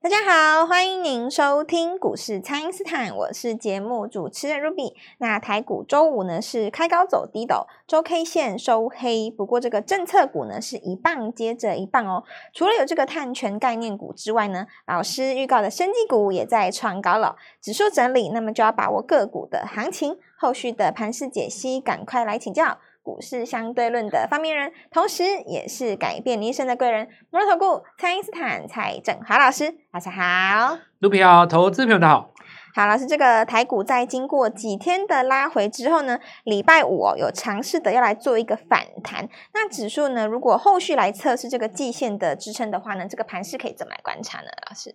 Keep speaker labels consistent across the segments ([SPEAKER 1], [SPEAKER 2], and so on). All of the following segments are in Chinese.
[SPEAKER 1] 大家好，欢迎您收听股市蔡因斯坦，我是节目主持人 Ruby。那台股周五呢是开高走低的、哦，周 K 线收黑，不过这个政策股呢是一棒接着一棒哦。除了有这个碳权概念股之外呢，老师预告的生技股也在创高了，指数整理，那么就要把握个股的行情，后续的盘势解析，赶快来请教。股市相对论的发明人，同时也是改变你一生的贵人——摩头顾蔡因斯坦蔡振华老师，大家好。
[SPEAKER 2] 卢皮好，投资朋友大家好。
[SPEAKER 1] 好，老师，这个台股在经过几天的拉回之后呢，礼拜五哦有尝试的要来做一个反弹。那指数呢，如果后续来测试这个季线的支撑的话呢，这个盘势可以怎么来观察呢？老师，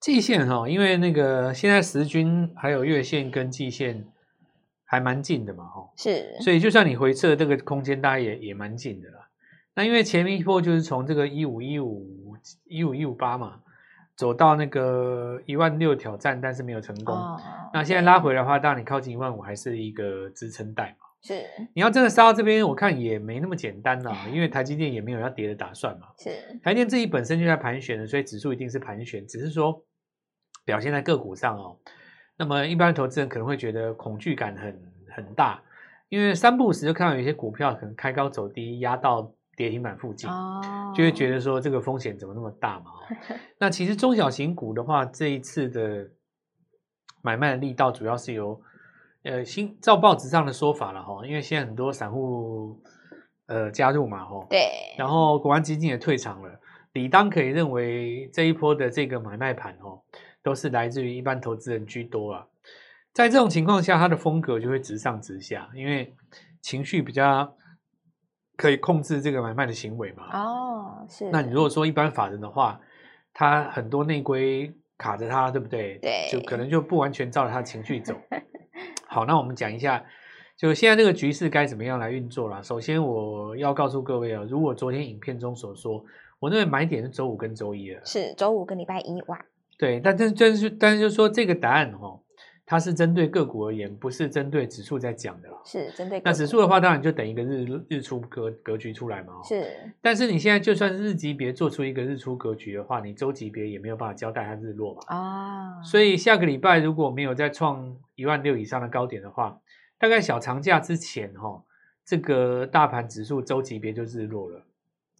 [SPEAKER 2] 季线哈、因为那个现在十均还有月线跟季线还蛮近的嘛哈、
[SPEAKER 1] 是
[SPEAKER 2] 所以就算你回撤这个空间，大概也也蛮近的啦。那因为前一波就是从这个一五一五一五一五八嘛，走到那个一万六挑战，但是没有成功。
[SPEAKER 1] 哦，
[SPEAKER 2] 那现在拉回来的话，当然你靠近一万五还是一个支撑带嘛。
[SPEAKER 1] 是
[SPEAKER 2] 你要真的杀到这边，我看也没那么简单啦，因为台积电也没有要跌的打算嘛。
[SPEAKER 1] 是
[SPEAKER 2] 台电自己本身就在盘旋的，所以指数一定是盘旋，只是说表现在个股上哦。那么一般投资人可能会觉得恐惧感很很大，因为三不五时就看到有些股票可能开高走低，压到跌停板附近，
[SPEAKER 1] 哦，
[SPEAKER 2] 就会觉得说这个风险怎么那么大嘛、哦那其实中小型股的话，这一次的买卖的力道主要是由呃新照报纸上的说法了哈、因为现在很多散户呃加入嘛吼、哦，
[SPEAKER 1] 对，
[SPEAKER 2] 然后国安基金也退场了，理当可以认为这一波的这个买卖盘哦，都是来自于一般投资人居多啊。在这种情况下，它的风格就会直上直下，因为情绪比较可以控制这个买卖的行为嘛。
[SPEAKER 1] 哦，是。
[SPEAKER 2] 那你如果说一般法人的话，他很多内规卡着他，对不对？
[SPEAKER 1] 对
[SPEAKER 2] 就可能就不完全照着他的情绪走。好，那我们讲一下，就现在这个局势该怎么样来运作啦。首先，我要告诉各位啊，如我昨天影片中所说，我认为买点是周五跟周一了。
[SPEAKER 1] 是周五跟礼拜一哇，
[SPEAKER 2] 对，但这但是但是就说这个答案哦，它是针对个股而言，不是针对指数在讲的啦。
[SPEAKER 1] 是针对
[SPEAKER 2] 那
[SPEAKER 1] 个
[SPEAKER 2] 指
[SPEAKER 1] 股
[SPEAKER 2] 数的话，当然就等一个日日出格格局出来嘛、哦。
[SPEAKER 1] 是
[SPEAKER 2] 但是你现在就算日级别做出一个日出格局的话，你周级别也没有办法交代它日落嘛。
[SPEAKER 1] 哦，
[SPEAKER 2] 啊所以下个礼拜如果没有再创一万六以上的高点的话，大概小长假之前哈、哦，这个大盘指数周级别就日落了。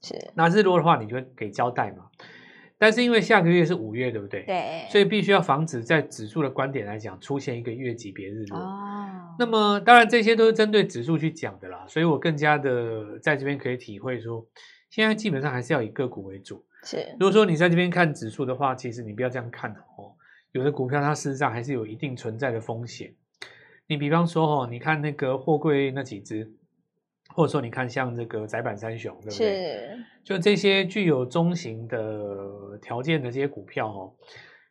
[SPEAKER 1] 是
[SPEAKER 2] 那日落的话，你就会给交代嘛。但是因为下个月是五月，对不对？。
[SPEAKER 1] 对，
[SPEAKER 2] 所以必须要防止在指数的观点来讲出现一个月级别日落。
[SPEAKER 1] 哦，
[SPEAKER 2] 那么当然这些都是针对指数去讲的啦，所以我更加的在这边可以体会说，现在基本上还是要以个股为主。
[SPEAKER 1] 是
[SPEAKER 2] 如果说你在这边看指数的话，其实你不要这样看哦，有的股票它事实上还是有一定存在的风险。你比方说哦，你看那个货柜那几只，或者说你看像这个窄板三雄，对不对？
[SPEAKER 1] 是
[SPEAKER 2] 就这些具有中型的条件的这些股票哦，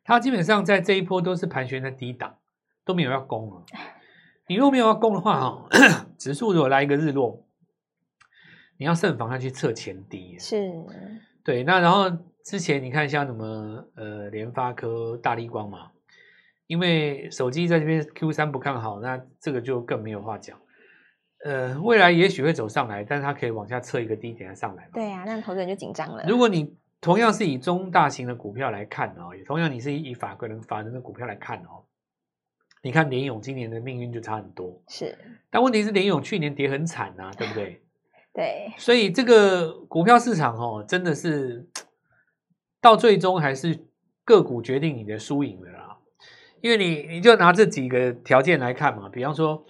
[SPEAKER 2] 它基本上在这一波都是盘旋在低档，都没有要攻了。你如果没有要攻的话哈、 指数如果来一个日落，你要慎防它去测前低。
[SPEAKER 1] 是
[SPEAKER 2] 对，那然后之前你看像什么呃联发科、大力光嘛，因为手机在这边 Q 三不看好，那这个就更没有话讲。呃，未来也许会走上来，但是它可以往下测一个低点再上来嘛。
[SPEAKER 1] 对啊，那投资人就紧张了。
[SPEAKER 2] 如果你同样是以中大型的股票来看哦，也同样你是以法国人法人的股票来看哦，你看联勇今年的命运就差很多。
[SPEAKER 1] 是
[SPEAKER 2] 但问题是联勇去年跌很惨啊，对不对？
[SPEAKER 1] 对
[SPEAKER 2] 所以这个股票市场哦，真的是到最终还是个股决定你的输赢的啦。因为你你就拿这几个条件来看嘛，比方说，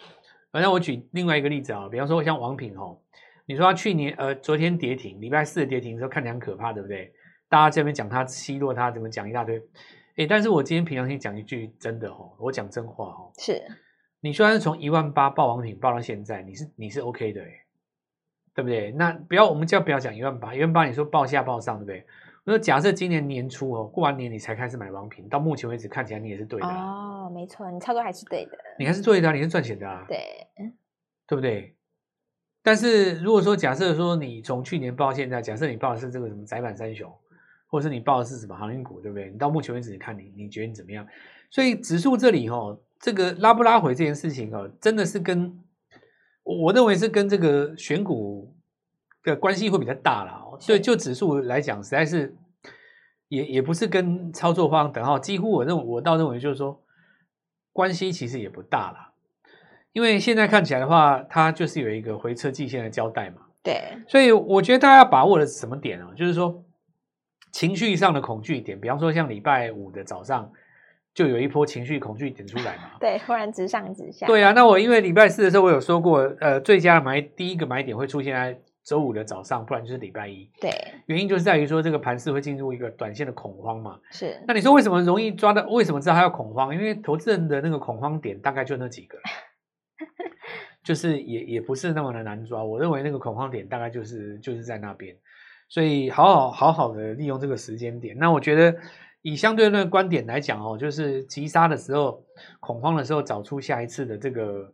[SPEAKER 2] 反正我举另外一个例子啊，比方说像王品哦，你说他去年呃昨天跌停，礼拜四的跌停的时候看起来很可怕，对不对？大家这边讲它奚落它，怎么讲一大堆，诶，但是我今天平常心讲一句真的哦，我讲真话哦，
[SPEAKER 1] 是
[SPEAKER 2] 你虽然是从一万八报王品报到现在，你是你是 OK 的、欸，对不对？那不要我们就不要讲一万八，一万八你说报下报上，对不对？我说假设今年年初哦，过完年你才开始买王品，到目前为止看起来你也是对的啊、
[SPEAKER 1] 哦，没错，你操作还是对的，
[SPEAKER 2] 你还是对的啊、你是赚钱的啊，
[SPEAKER 1] 对
[SPEAKER 2] 对不对？但是如果说假设说你从去年报到现在，假设你报的是这个什么窄板三雄，或者是你报的是什么航运股，对不对？你到目前为止，你看你你觉得你怎么样？所以指数这里哦，这个拉不拉回这件事情哦，真的是跟我我认为是跟这个选股的关系会比较大啦、哦。所以
[SPEAKER 1] 是
[SPEAKER 2] 就指数来讲，实在是也也不是跟操作方等号，几乎我认为我倒认为就是说，关系其实也不大啦，因为现在看起来的话，它就是有一个回撤季线的交代嘛，
[SPEAKER 1] 对，，
[SPEAKER 2] 所以我觉得大家要把握的是什么点哦、就是说情绪上的恐惧点，比方说像礼拜五的早上就有一波情绪恐惧点出来嘛
[SPEAKER 1] 对，忽然直上直下，
[SPEAKER 2] 对啊，那我因为礼拜四的时候我有说过，呃，最佳买第一个买点会出现在周五的早上，不然就是礼拜一，
[SPEAKER 1] 对，
[SPEAKER 2] 原因就是在于说这个盘势会进入一个短线的恐慌嘛。
[SPEAKER 1] 是，
[SPEAKER 2] 那你说为什么容易抓到？为什么知道它要恐慌？因为投资人的那个恐慌点大概就那几个，就是也也不是那么的难抓。我认为那个恐慌点大概就是就是在那边，所以好好好好的利用这个时间点。那我觉得以相对论的观点来讲哦，就是急杀的时候、恐慌的时候，找出下一次的这个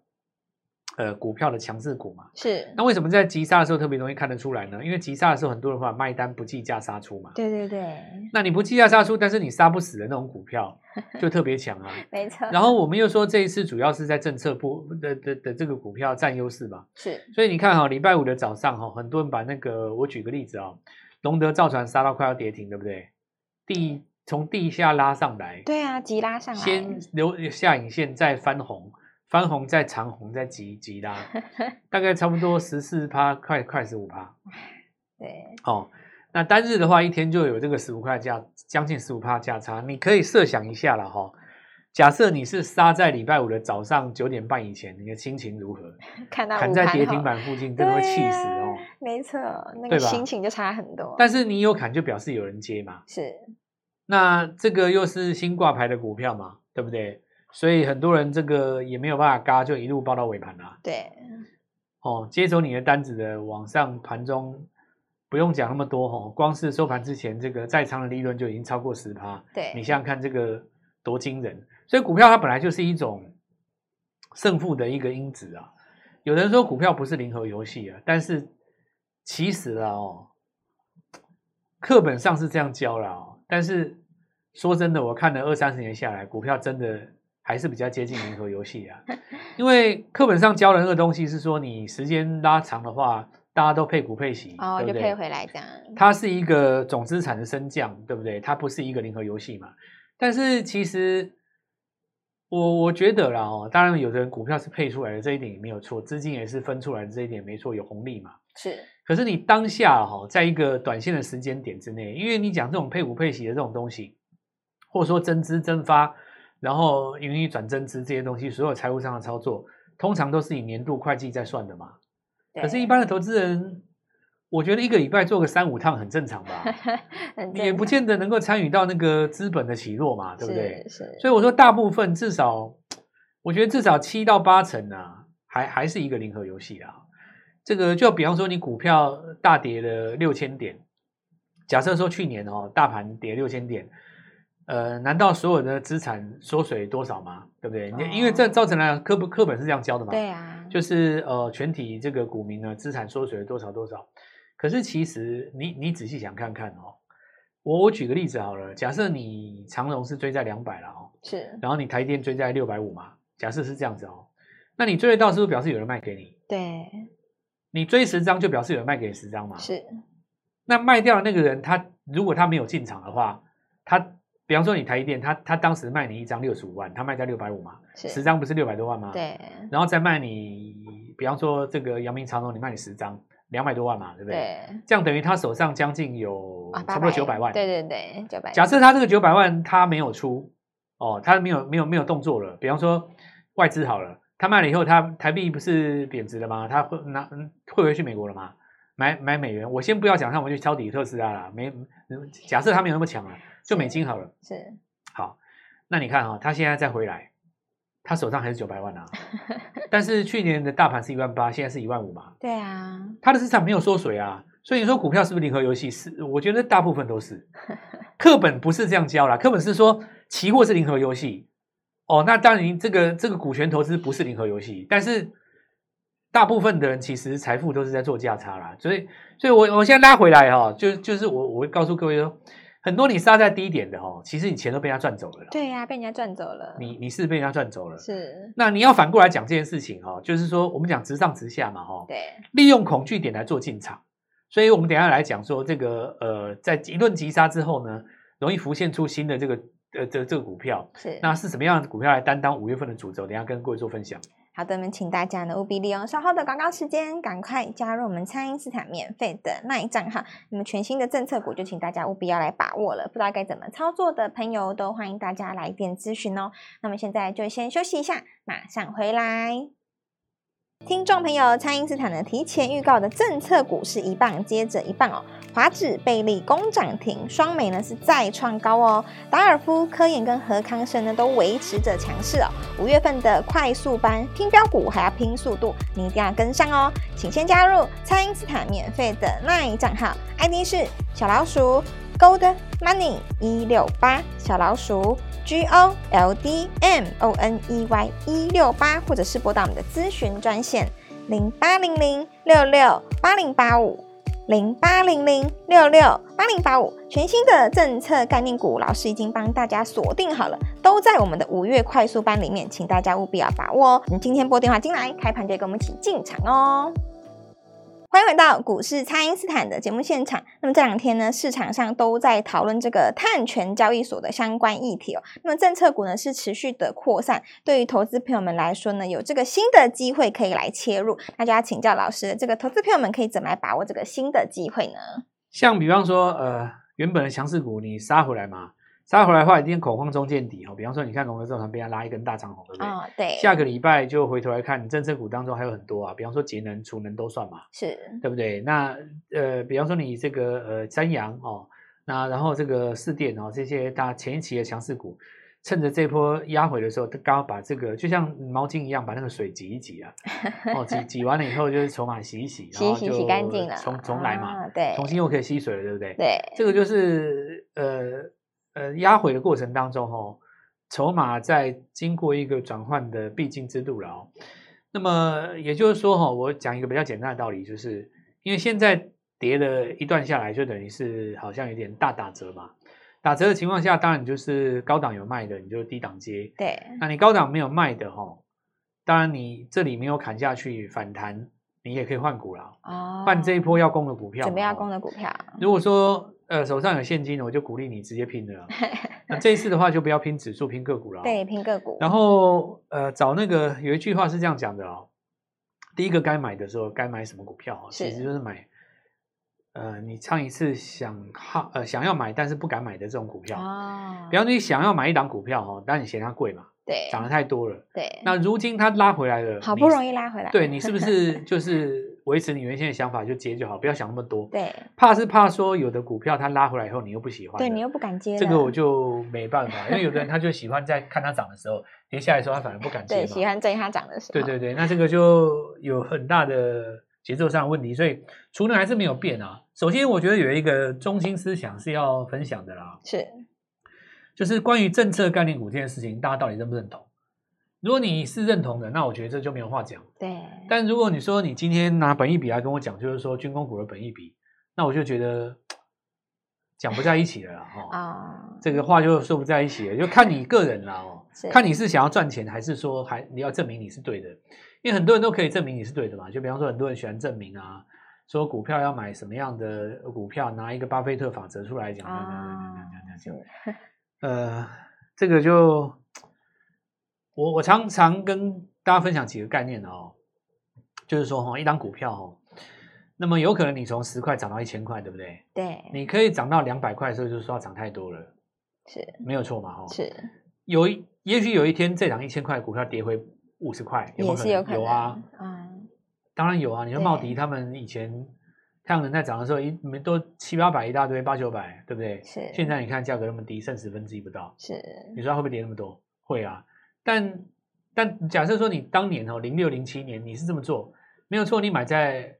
[SPEAKER 2] 呃股票的强势股嘛。
[SPEAKER 1] 是，
[SPEAKER 2] 那为什么在急杀的时候特别容易看得出来呢？因为急杀的时候很多人会把卖单不计价杀出嘛。
[SPEAKER 1] 对对对，
[SPEAKER 2] 那你不计价杀出，但是你杀不死的那种股票就特别强啊。
[SPEAKER 1] 没错，
[SPEAKER 2] 然后我们又说这一次主要是在政策部的的的这个股票占优势嘛，
[SPEAKER 1] 是，
[SPEAKER 2] 所以你看哈、礼拜五的早上哈、很多人把那个我举个例子啊、龙德造船杀到快要跌停，对不对？地从地下拉上来，
[SPEAKER 1] 对啊，急拉上来，
[SPEAKER 2] 先留下影线，再翻红，翻红再长红，再急急 拉，大概差不多十四趴，快快十五趴。
[SPEAKER 1] 对，
[SPEAKER 2] 哦，那单日的话，一天就有这个十五块价，将近十五帕价差，你可以设想一下了哈、假设你是杀在礼拜五的早上九点半以前，你的心情如何？
[SPEAKER 1] 看到
[SPEAKER 2] 砍
[SPEAKER 1] 午
[SPEAKER 2] 在
[SPEAKER 1] 盘
[SPEAKER 2] 跌
[SPEAKER 1] 后
[SPEAKER 2] 停，板附近，真的会气死
[SPEAKER 1] 对
[SPEAKER 2] 哦
[SPEAKER 1] 啊。没错，那
[SPEAKER 2] 对
[SPEAKER 1] 个
[SPEAKER 2] 吧
[SPEAKER 1] 心情就差很多，
[SPEAKER 2] 但是你有砍，就表示有人接嘛。
[SPEAKER 1] 是，
[SPEAKER 2] 那这个又是新挂牌的股票嘛，对不对？所以很多人这个也没有办法嘎，就一路报到尾盘啦、
[SPEAKER 1] 对，
[SPEAKER 2] 哦，接手你的单子的往上盘中，不用讲那么多哦，光是收盘之前这个在仓的利润就已经超过十趴，
[SPEAKER 1] 对，
[SPEAKER 2] 你想想看这个多惊人！所以股票它本来就是一种胜负的一个因子啊。有人说股票不是零和游戏啊，但是其实啊哦，课本上是这样教啦哦，但是说真的，我看了二三十年下来，股票真的还是比较接近零和 游戏啊。因为课本上教的那个东西是说，你时间拉长的话，大家都配股配息，
[SPEAKER 1] 哦，
[SPEAKER 2] 对
[SPEAKER 1] 就
[SPEAKER 2] 不对？
[SPEAKER 1] 配回来这样，
[SPEAKER 2] 它是一个总资产的升降，对不对？它不是一个零和游戏嘛。但是其实我我觉得啦哦，当然有的人股票是配出来的，这一点也没有错，资金也是分出来的，这一点没错，有红利嘛。
[SPEAKER 1] 是，
[SPEAKER 2] 可是你当下哈、在一个短线的时间点之内，因为你讲这种配股配息的这种东西，或者说增资增发，然后盈余转增资这些东西，所有财务上的操作，通常都是以年度会计在算的嘛。可是，
[SPEAKER 1] 对，
[SPEAKER 2] 一般的投资人，我觉得一个礼拜做个三五趟很正常吧
[SPEAKER 1] 很
[SPEAKER 2] 你也
[SPEAKER 1] 正
[SPEAKER 2] 不
[SPEAKER 1] 常
[SPEAKER 2] 见得能够参与到那个资本的起落嘛，对不对？
[SPEAKER 1] 是是，
[SPEAKER 2] 所以我说，大部分至少，我觉得至少七到八成啊，还还是一个零和游戏啊。这个就比方说，你股票大跌了六千点，假设说去年哦，大盘跌六千点，呃，难道所有的资产缩水多少吗？对不对？你因为
[SPEAKER 1] 哦
[SPEAKER 2] 这造成了课本课本是这样教的嘛，
[SPEAKER 1] 对啊，
[SPEAKER 2] 就是呃，全体这个股民呢资产缩水了多少多少。可是其实你你仔细想看看哦，我我举个例子好了，假设你长荣是追在两百了哦，
[SPEAKER 1] 是，
[SPEAKER 2] 然后你台电追在六百五嘛，假设是这样子哦，那你追得到是不是表示有人卖给你？
[SPEAKER 1] 对，
[SPEAKER 2] 你追十张就表示有人卖给你十张嘛？。
[SPEAKER 1] 是，
[SPEAKER 2] 那卖掉的那个人他如果他没有进场的话，他比方说你台电他他当时卖你一张六十五万，他卖掉六百五嘛，
[SPEAKER 1] 是
[SPEAKER 2] 十张不是六百多万吗？。
[SPEAKER 1] 对
[SPEAKER 2] 然后再卖你，比方说这个阳明长荣，你卖你十张，两百多万嘛，对不对？
[SPEAKER 1] 对，
[SPEAKER 2] 这样等于他手上将近有
[SPEAKER 1] 啊
[SPEAKER 2] 差不多
[SPEAKER 1] 800
[SPEAKER 2] 九百万。
[SPEAKER 1] 对对对，九百，
[SPEAKER 2] 假设他这个九百万他没有出，哦，他没有没有没有动作了。比方说外资好了，他卖了以后，他台币不是贬值了吗？他会拿嗯汇回去美国了吗？买买美元，我先不要讲，他们去抄底特斯拉啦，没嗯假设他没有那么强啊，就美金好了。
[SPEAKER 1] 是，
[SPEAKER 2] 好，那你看哈、哦他现在再回来，他手上还是九百万啊，但是去年的大盘是一万八，现在是一万五嘛，
[SPEAKER 1] 对啊，
[SPEAKER 2] 他的资产没有缩水啊，所以你说股票是不是零和游戏？是，我觉得大部分都是。课本不是这样教啦，课本是说期货是零和游戏。哦，那当然，这个这个股权投资不是零和游戏，但是大部分的人其实财富都是在做价差啦，所以，所以我我现在拉回来哈、哦，就就是我我会告诉各位说，很多你杀在低点的哦，其实你钱都被他赚走了啦，
[SPEAKER 1] 对呀，被人家赚走了，
[SPEAKER 2] 你你是被人家赚走了。
[SPEAKER 1] 是，
[SPEAKER 2] 那你要反过来讲这件事情哦，就是说我们讲直上直下嘛，哦，
[SPEAKER 1] 对，
[SPEAKER 2] 利用恐惧点来做进场。所以我们等一下来讲说这个呃，在一论急杀之后呢，容易浮现出新的这个呃这这个股票。
[SPEAKER 1] 是。
[SPEAKER 2] 那是什么样的股票来担当五月份的主轴？等一下跟各位做分享。
[SPEAKER 1] 好的，我们请大家呢务必利用稍后的广告时间，赶快加入我们蔡因斯坦免费的卖账号。那么全新的政策股，就请大家务必要来把握了。不知道该怎么操作的朋友，都欢迎大家来电咨询哦。那么现在就先休息一下，马上回来。听众朋友，蔡因斯坦呢提前预告的政策股是一棒接着一棒哦，华指、贝利攻涨停，双美呢是再创高哦，达尔夫、科研跟和康生呢都维持着强势哦。五月份的快速班拼标股还要拼速度，你一定要跟上哦！请先加入蔡因斯坦免费的 LINE 账号，ID 是小老鼠 Gold Money 一六八小老鼠 G O L D M O N E Y 一六八，或者是拨打我们的咨询专线零八零零六六八零八五零八零零六六八零八五。全新的政策概念股，老师已经帮大家锁定好了，都在我们的五月快速班里面，请大家务必要把握哦。你今天拨电话进来，开盘就跟我们一起进场哦。欢迎回到股市，蔡因斯坦的节目现场。那么这两天呢，市场上都在讨论这个碳权交易所的相关议题哦。那么政策股呢是持续的扩散，对于投资朋友们来说呢，有这个新的机会可以来切入。那就要请教老师，这个投资朋友们可以怎么来把握这个新的机会呢？
[SPEAKER 2] 像比方说，呃，原本的强势股你杀回来嘛，杀回来的话一定恐慌中见底哦。比方说，你看融合集团被它拉一根大长红，对不对？
[SPEAKER 1] 哦，对，
[SPEAKER 2] 下个礼拜就回头来看，政策股当中还有很多啊，比方说节能、储能都算嘛，
[SPEAKER 1] 是
[SPEAKER 2] 对不对？那呃，比方说你这个呃三洋哦，那然后这个四电哦，这些大前一期的强势股，趁着这波压回的时候，刚好把这个就像毛巾一样，把那个水挤一挤 啊，哦，挤挤完了以后就是筹码洗一洗，然
[SPEAKER 1] 洗一
[SPEAKER 2] 后
[SPEAKER 1] 洗
[SPEAKER 2] 就
[SPEAKER 1] 洗干净了，
[SPEAKER 2] 重重来嘛，
[SPEAKER 1] 啊，对，
[SPEAKER 2] 重新又可以吸水了，对不对？
[SPEAKER 1] 对，
[SPEAKER 2] 这个就是呃呃压回的过程当中哦，筹码在经过一个转换的必经之路了哦。那么也就是说哈、哦，我讲一个比较简单的道理，就是因为现在跌了一段下来，就等于是好像有点大打折嘛。打折的情况下，当然你就是高档有卖的，你就低档接；
[SPEAKER 1] 对，
[SPEAKER 2] 那你高档没有卖的哈、哦，当然你这里没有砍下去反弹，你也可以换股啦，
[SPEAKER 1] 哦，
[SPEAKER 2] 换这一波要攻的股票嘛哦。
[SPEAKER 1] 准备要攻的股票，
[SPEAKER 2] 如果说呃手上有现金，我就鼓励你直接拼 了啊。那这一次的话，就不要拼指数，拼个股了、哦。
[SPEAKER 1] 对，。拼个股，
[SPEAKER 2] 然后呃，找那个有一句话是这样讲的哦，第一个该买的时候该买什么股票、哦，其
[SPEAKER 1] 是
[SPEAKER 2] 实就是买呃你上一次想好呃想要买但是不敢买的这种股票。
[SPEAKER 1] 啊，
[SPEAKER 2] 比方说你想要买一档股票哦，但你嫌它贵嘛，
[SPEAKER 1] 对，
[SPEAKER 2] 涨得太多了。
[SPEAKER 1] 对，
[SPEAKER 2] 那如今它拉回来了，
[SPEAKER 1] 好不容
[SPEAKER 2] 易，
[SPEAKER 1] 易拉回来，
[SPEAKER 2] 对你是不是就是维持你原先的想法就接就好，不要想那么多。
[SPEAKER 1] 对，
[SPEAKER 2] 怕是怕说有的股票它拉回来以后你又不喜欢了，
[SPEAKER 1] 对你又不敢接了，
[SPEAKER 2] 这个我就没办法，因为有的人他就喜欢在看它涨的时候 跌下来的时候，他反而不敢接
[SPEAKER 1] 对喜
[SPEAKER 2] 嘛。
[SPEAKER 1] 欢追它涨的时候，
[SPEAKER 2] 对对对，那这个就有很大的节奏上的问题，所以储能还是没有变啊。首先，我觉得有一个中心思想是要分享的啦，
[SPEAKER 1] 是
[SPEAKER 2] 就是关于政策概念股这件事情，大家到底认不认同？如果你是认同的，那我觉得这就没有话讲。
[SPEAKER 1] 对，
[SPEAKER 2] 但如果你说你今天拿本益比来跟我讲，就是说军工股的本益比，那我就觉得讲不在一起了啦哦。
[SPEAKER 1] 啊，
[SPEAKER 2] 这个话就说不在一起了，就看你个人啦哦
[SPEAKER 1] 是，
[SPEAKER 2] 看你是想要赚钱，还是说还你要证明你是对的？因为很多人都可以证明你是对的嘛，就比方说很多人喜欢证明啊，说股票要买什么样的股票，拿一个巴菲特法则出来讲，讲讲讲讲讲讲讲，呃，这个就我我常常跟大家分享几个概念哦，就是说哈、哦，一档股票哦，那么有可能你从十块涨到一千块，对不对？
[SPEAKER 1] 对，
[SPEAKER 2] 你可以涨到两百块的时候，就是说它涨太多了。
[SPEAKER 1] 是
[SPEAKER 2] 没有错嘛，哈、哦，
[SPEAKER 1] 是，
[SPEAKER 2] 有一也许有一天这档一千块股票跌回五十块，有没
[SPEAKER 1] 也
[SPEAKER 2] 有可
[SPEAKER 1] 是
[SPEAKER 2] 能？
[SPEAKER 1] 有可能，
[SPEAKER 2] 有啊，，
[SPEAKER 1] 嗯，
[SPEAKER 2] 当然有啊。你说茂
[SPEAKER 1] 对
[SPEAKER 2] 迪他们以前太阳能在涨的时候，一没都七八百一大堆，八九百，对不对？
[SPEAKER 1] 是
[SPEAKER 2] 现在你看价格那么低，剩十分之一不到，
[SPEAKER 1] 是
[SPEAKER 2] 你说它会不会跌那么多？会啊。但但假设说你当年哦，零六零七年你是这么做，没有错，你买在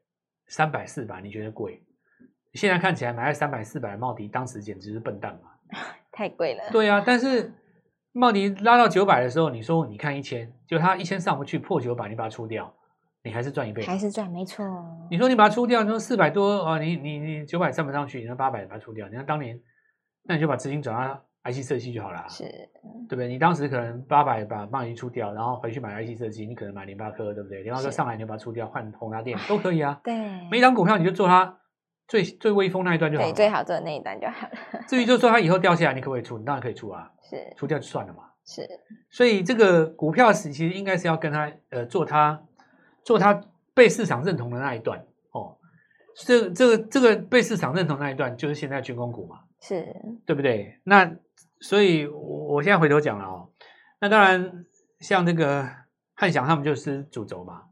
[SPEAKER 2] 三百四百，你觉得贵？现在看起来买在三百四百的茂迪，当时简直是笨蛋嘛。
[SPEAKER 1] 太贵了，
[SPEAKER 2] 对啊，但是茂迪拉到九百的时候，你说你看一千，就它一千上不去破九百，你把它出掉，你还是赚一倍嘛。
[SPEAKER 1] 还是赚没错，
[SPEAKER 2] 你说你把它出掉，你说四百多啊、哦你你你九百上不上去，你那八百把它出掉，你看当年，那你就把资金转到 IC 设计就好了啊，
[SPEAKER 1] 是
[SPEAKER 2] 对不对？你当时可能八百把茂迪出掉，然后回去买 IC 设计，你可能买联发科，对不对？联发科
[SPEAKER 1] 是
[SPEAKER 2] 上来你就把它出掉，换宏达电都可以啊。
[SPEAKER 1] 对，
[SPEAKER 2] 每一张股票你就做它最最威风那一段就好
[SPEAKER 1] 对，
[SPEAKER 2] 了。
[SPEAKER 1] 最好做的那一单就好了。
[SPEAKER 2] 至于就说它以后掉下来，你可不可以出？你当然可以出啊，
[SPEAKER 1] 是
[SPEAKER 2] 出掉就算了嘛。
[SPEAKER 1] 是，
[SPEAKER 2] 所以这个股票时其实应该是要跟它呃做它做它被市场认同的那一段哦。这这个这个被市场认同那一段就是现在军工股嘛，
[SPEAKER 1] 是，
[SPEAKER 2] 对不对？那所以我我现在回头讲了哦，那当然像这个汉翔他们就是主轴嘛。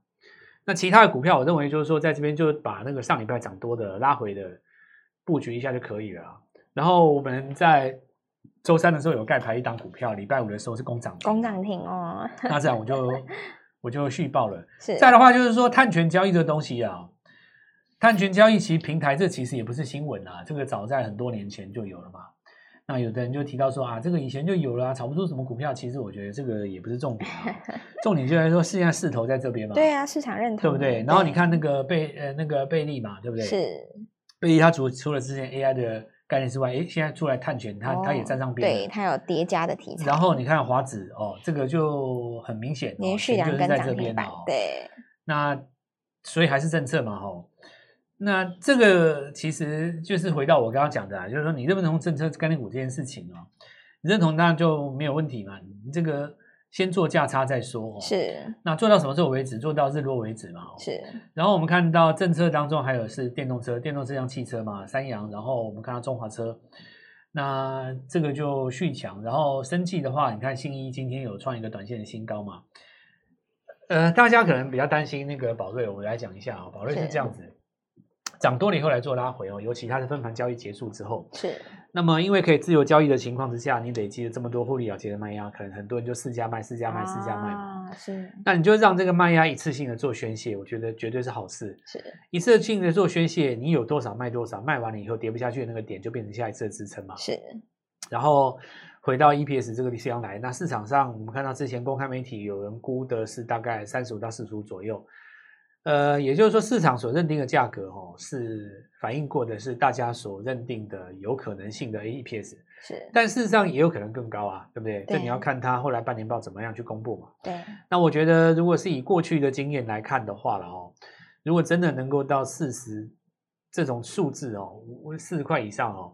[SPEAKER 2] 那其他的股票，我认为就是说，在这边就把那个上礼拜涨多的拉回的布局一下就可以了啊。然后我们在周三的时候有盖牌一档股票，礼拜五的时候是工涨停
[SPEAKER 1] 工涨停哦，
[SPEAKER 2] 那这样我就我就续报了。
[SPEAKER 1] 是
[SPEAKER 2] 再的话就是说，碳权交易这东西啊，碳权交易其实平台这其实也不是新闻啊，这个早在很多年前就有了嘛。那有的人就提到说啊，这个以前就有了、啊，炒不出什么股票。其实我觉得这个也不是重点啊， 重点就在说现在势头在这边嘛，
[SPEAKER 1] 对啊，市场认同，
[SPEAKER 2] 对不对？然后你看那个贝呃那个贝利嘛，对不对？
[SPEAKER 1] 是
[SPEAKER 2] 贝利它除除了之前 AI 的概念之外，诶，现在出来碳权，它、它也
[SPEAKER 1] 哦
[SPEAKER 2] 站上边了，
[SPEAKER 1] 对，它有叠加的题材，
[SPEAKER 2] 然后你看华指哦，这个就很明显、哦，
[SPEAKER 1] 连续
[SPEAKER 2] 钱
[SPEAKER 1] 两
[SPEAKER 2] 就是
[SPEAKER 1] 根
[SPEAKER 2] 在
[SPEAKER 1] 涨
[SPEAKER 2] 这
[SPEAKER 1] 停
[SPEAKER 2] 边
[SPEAKER 1] 板
[SPEAKER 2] 哦，。
[SPEAKER 1] 对，
[SPEAKER 2] 那所以还是政策嘛，吼。那这个其实就是回到我刚刚讲的、啊，就是说你认不认同政策概念股这件事情哦，你认同当然就没有问题嘛，你这个先做价差再说、哦。。
[SPEAKER 1] 是
[SPEAKER 2] 那做到什么时候为止？做到日落为止嘛。哦。
[SPEAKER 1] 是
[SPEAKER 2] 然后我们看到政策当中还有是电动车，电动车像汽车嘛，三洋，然后我们看到中华车，那这个就续强。然后生气的话，你看信一今天有创一个短线的新高嘛？呃，大家可能比较担心那个宝瑞，我来讲一下啊、宝瑞是
[SPEAKER 1] 是
[SPEAKER 2] 这样子，涨多了以后来做拉回哦，尤其它的分盘交易结束之后，
[SPEAKER 1] 是
[SPEAKER 2] 那么因为可以自由交易的情况之下，你累积了这么多获利了结的卖压，可能很多人就四家卖、四家卖、四家卖嘛。
[SPEAKER 1] 啊，是
[SPEAKER 2] 那你就让这个卖压一次性的做宣泄，我觉得绝对是好事。
[SPEAKER 1] 是
[SPEAKER 2] 一次性的做宣泄，你有多少卖多少，卖完了以后跌不下去的那个点就变成下一次的支撑嘛。
[SPEAKER 1] 是
[SPEAKER 2] 然后回到 EPS 这个地方来，那市场上我们看到之前公开媒体有人估的是大概三十五到四十五左右，呃，也就是说市场所认定的价格哦，是反映过的是大家所认定的有可能性的 EPS，
[SPEAKER 1] 是，
[SPEAKER 2] 但事实上也有可能更高啊，对不对？这你
[SPEAKER 1] 对
[SPEAKER 2] 要看它后来半年报怎么样去公布嘛。
[SPEAKER 1] 对
[SPEAKER 2] 那我觉得，如果是以过去的经验来看的话了哦，如果真的能够到四十这种数字哦，四十块以上哦，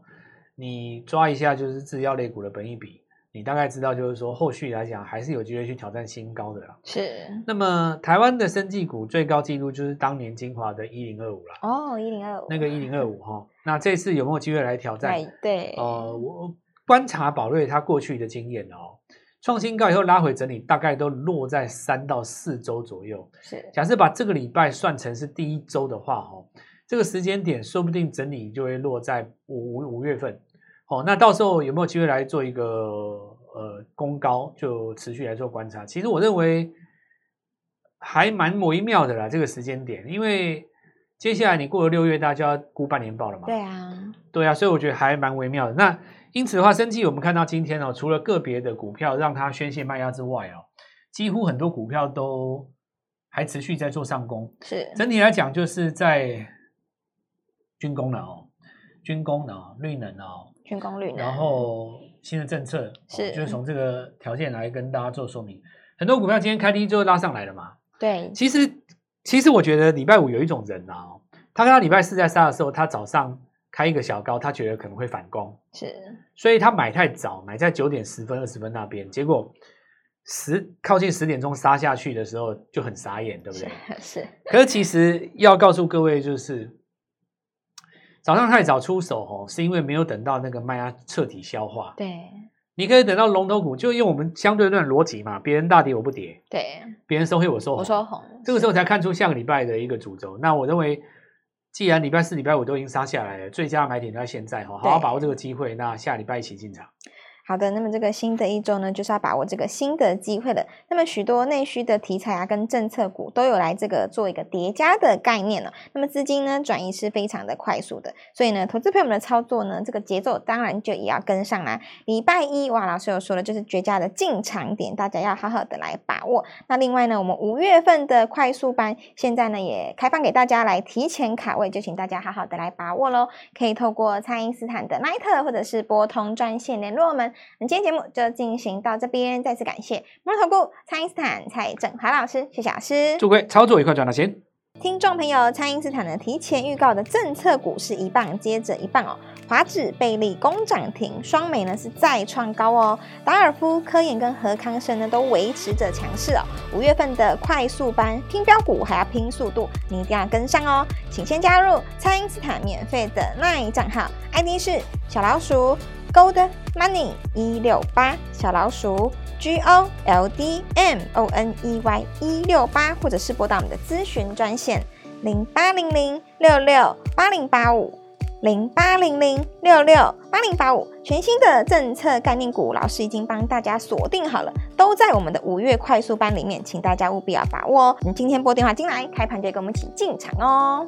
[SPEAKER 2] 你抓一下就是制药类股的本益比，你大概知道就是说后续来讲还是有机会去挑战新高的啦。
[SPEAKER 1] 是
[SPEAKER 2] 那么台湾的生技股最高纪录就是当年精华的一零二五啦，
[SPEAKER 1] 哦，一零二五
[SPEAKER 2] 那个一零二五哈，那这次有没有机会来挑战？
[SPEAKER 1] 哎对
[SPEAKER 2] 呃，我观察宝瑞它过去的经验哦，创新高以后拉回整理，大概都落在三到四周左右。
[SPEAKER 1] 是
[SPEAKER 2] 假设把这个礼拜算成是第一周的话，哦，这个时间点说不定整理就会落在五五五月份。哦，那到时候有没有机会来做一个呃攻高，就持续来做观察？其实我认为还蛮微妙的啦，这个时间点，因为接下来你过了六月，大家就要估半年报了嘛。
[SPEAKER 1] 对啊
[SPEAKER 2] 对啊，所以我觉得还蛮微妙的。那因此的话，生技我们看到今天哦，除了个别的股票让它宣泄卖压之外哦，几乎很多股票都还持续在做上攻。
[SPEAKER 1] 是
[SPEAKER 2] 整体来讲，就是在军工了哦，军工了哦，绿能了哦，
[SPEAKER 1] 军工绿能，
[SPEAKER 2] 然后新的政策、哦
[SPEAKER 1] 是
[SPEAKER 2] 就是从这个条件来跟大家做说明。很多股票今天开低之后拉上来了嘛，
[SPEAKER 1] 对
[SPEAKER 2] 其实，其实我觉得礼拜五有一种人啊，他看到礼拜四在杀的时候，他早上开一个小高，他觉得可能会反攻，
[SPEAKER 1] 是
[SPEAKER 2] 所以他买太早，买在九点十分、二十分那边，结果十靠近十点钟杀下去的时候就很傻眼，对 不对？
[SPEAKER 1] 是是
[SPEAKER 2] 可是其实要告诉各位，就是早上太早出手哦，是因为没有等到那个卖压彻底消化。
[SPEAKER 1] 对
[SPEAKER 2] 你可以等到龙头股，就用我们相对论逻辑嘛，别人大跌我不跌，
[SPEAKER 1] 对，
[SPEAKER 2] 别人收黑我收红。
[SPEAKER 1] 我说红
[SPEAKER 2] 哦这个时候才看出下个礼拜的一个主轴。那我认为，既然礼拜四、礼拜五都已经杀下来了，最佳买点就在现在哈，好好
[SPEAKER 1] 对
[SPEAKER 2] 把握这个机会。那下礼拜一起进场。
[SPEAKER 1] 好的，那么这个新的一周呢，就是要把握这个新的机会了。那么许多内需的题材啊，跟政策股都有来这个做一个叠加的概念了、那么资金呢转移是非常的快速的，所以呢，投资朋友们的操作呢，这个节奏当然就也要跟上啦。礼拜一哇，老师有说了，就是绝佳的进场点，大家要好好的来把握。那另外呢，我们五月份的快速班现在呢也开放给大家来提前卡位，就请大家好好的来把握喽。可以透过蔡因斯坦的 Line 或者是拨通专线联络我们。那今天节目就进行到这边，再次感谢摩投顾蔡因斯坦蔡振华老师，谢谢老师，
[SPEAKER 2] 祝各位操作愉快，赚到钱！
[SPEAKER 1] 听众朋友，蔡英斯坦呢提前预告的政策股是一棒接着一棒哦，华指、贝利攻涨停，双美呢是再创高哦，达尔夫、科研跟和康生呢都维持着强势哦。五月份的快速班拼标股还要拼速度，你一定要跟上哦，请先加入蔡英斯坦免费的 LINE 账号，ID 是小老鼠 Gold Money 一六八小老鼠 G O L D M O N E Y 一六八，或者是拨打我们的咨询专线零八零零六六八零八五零八零零六六八零八五。全新的政策概念股，老师已经帮大家锁定好了，都在我们的五月快速班里面，请大家务必要把握哦。你今天拨电话进来，开盘就跟我们一起进场哦。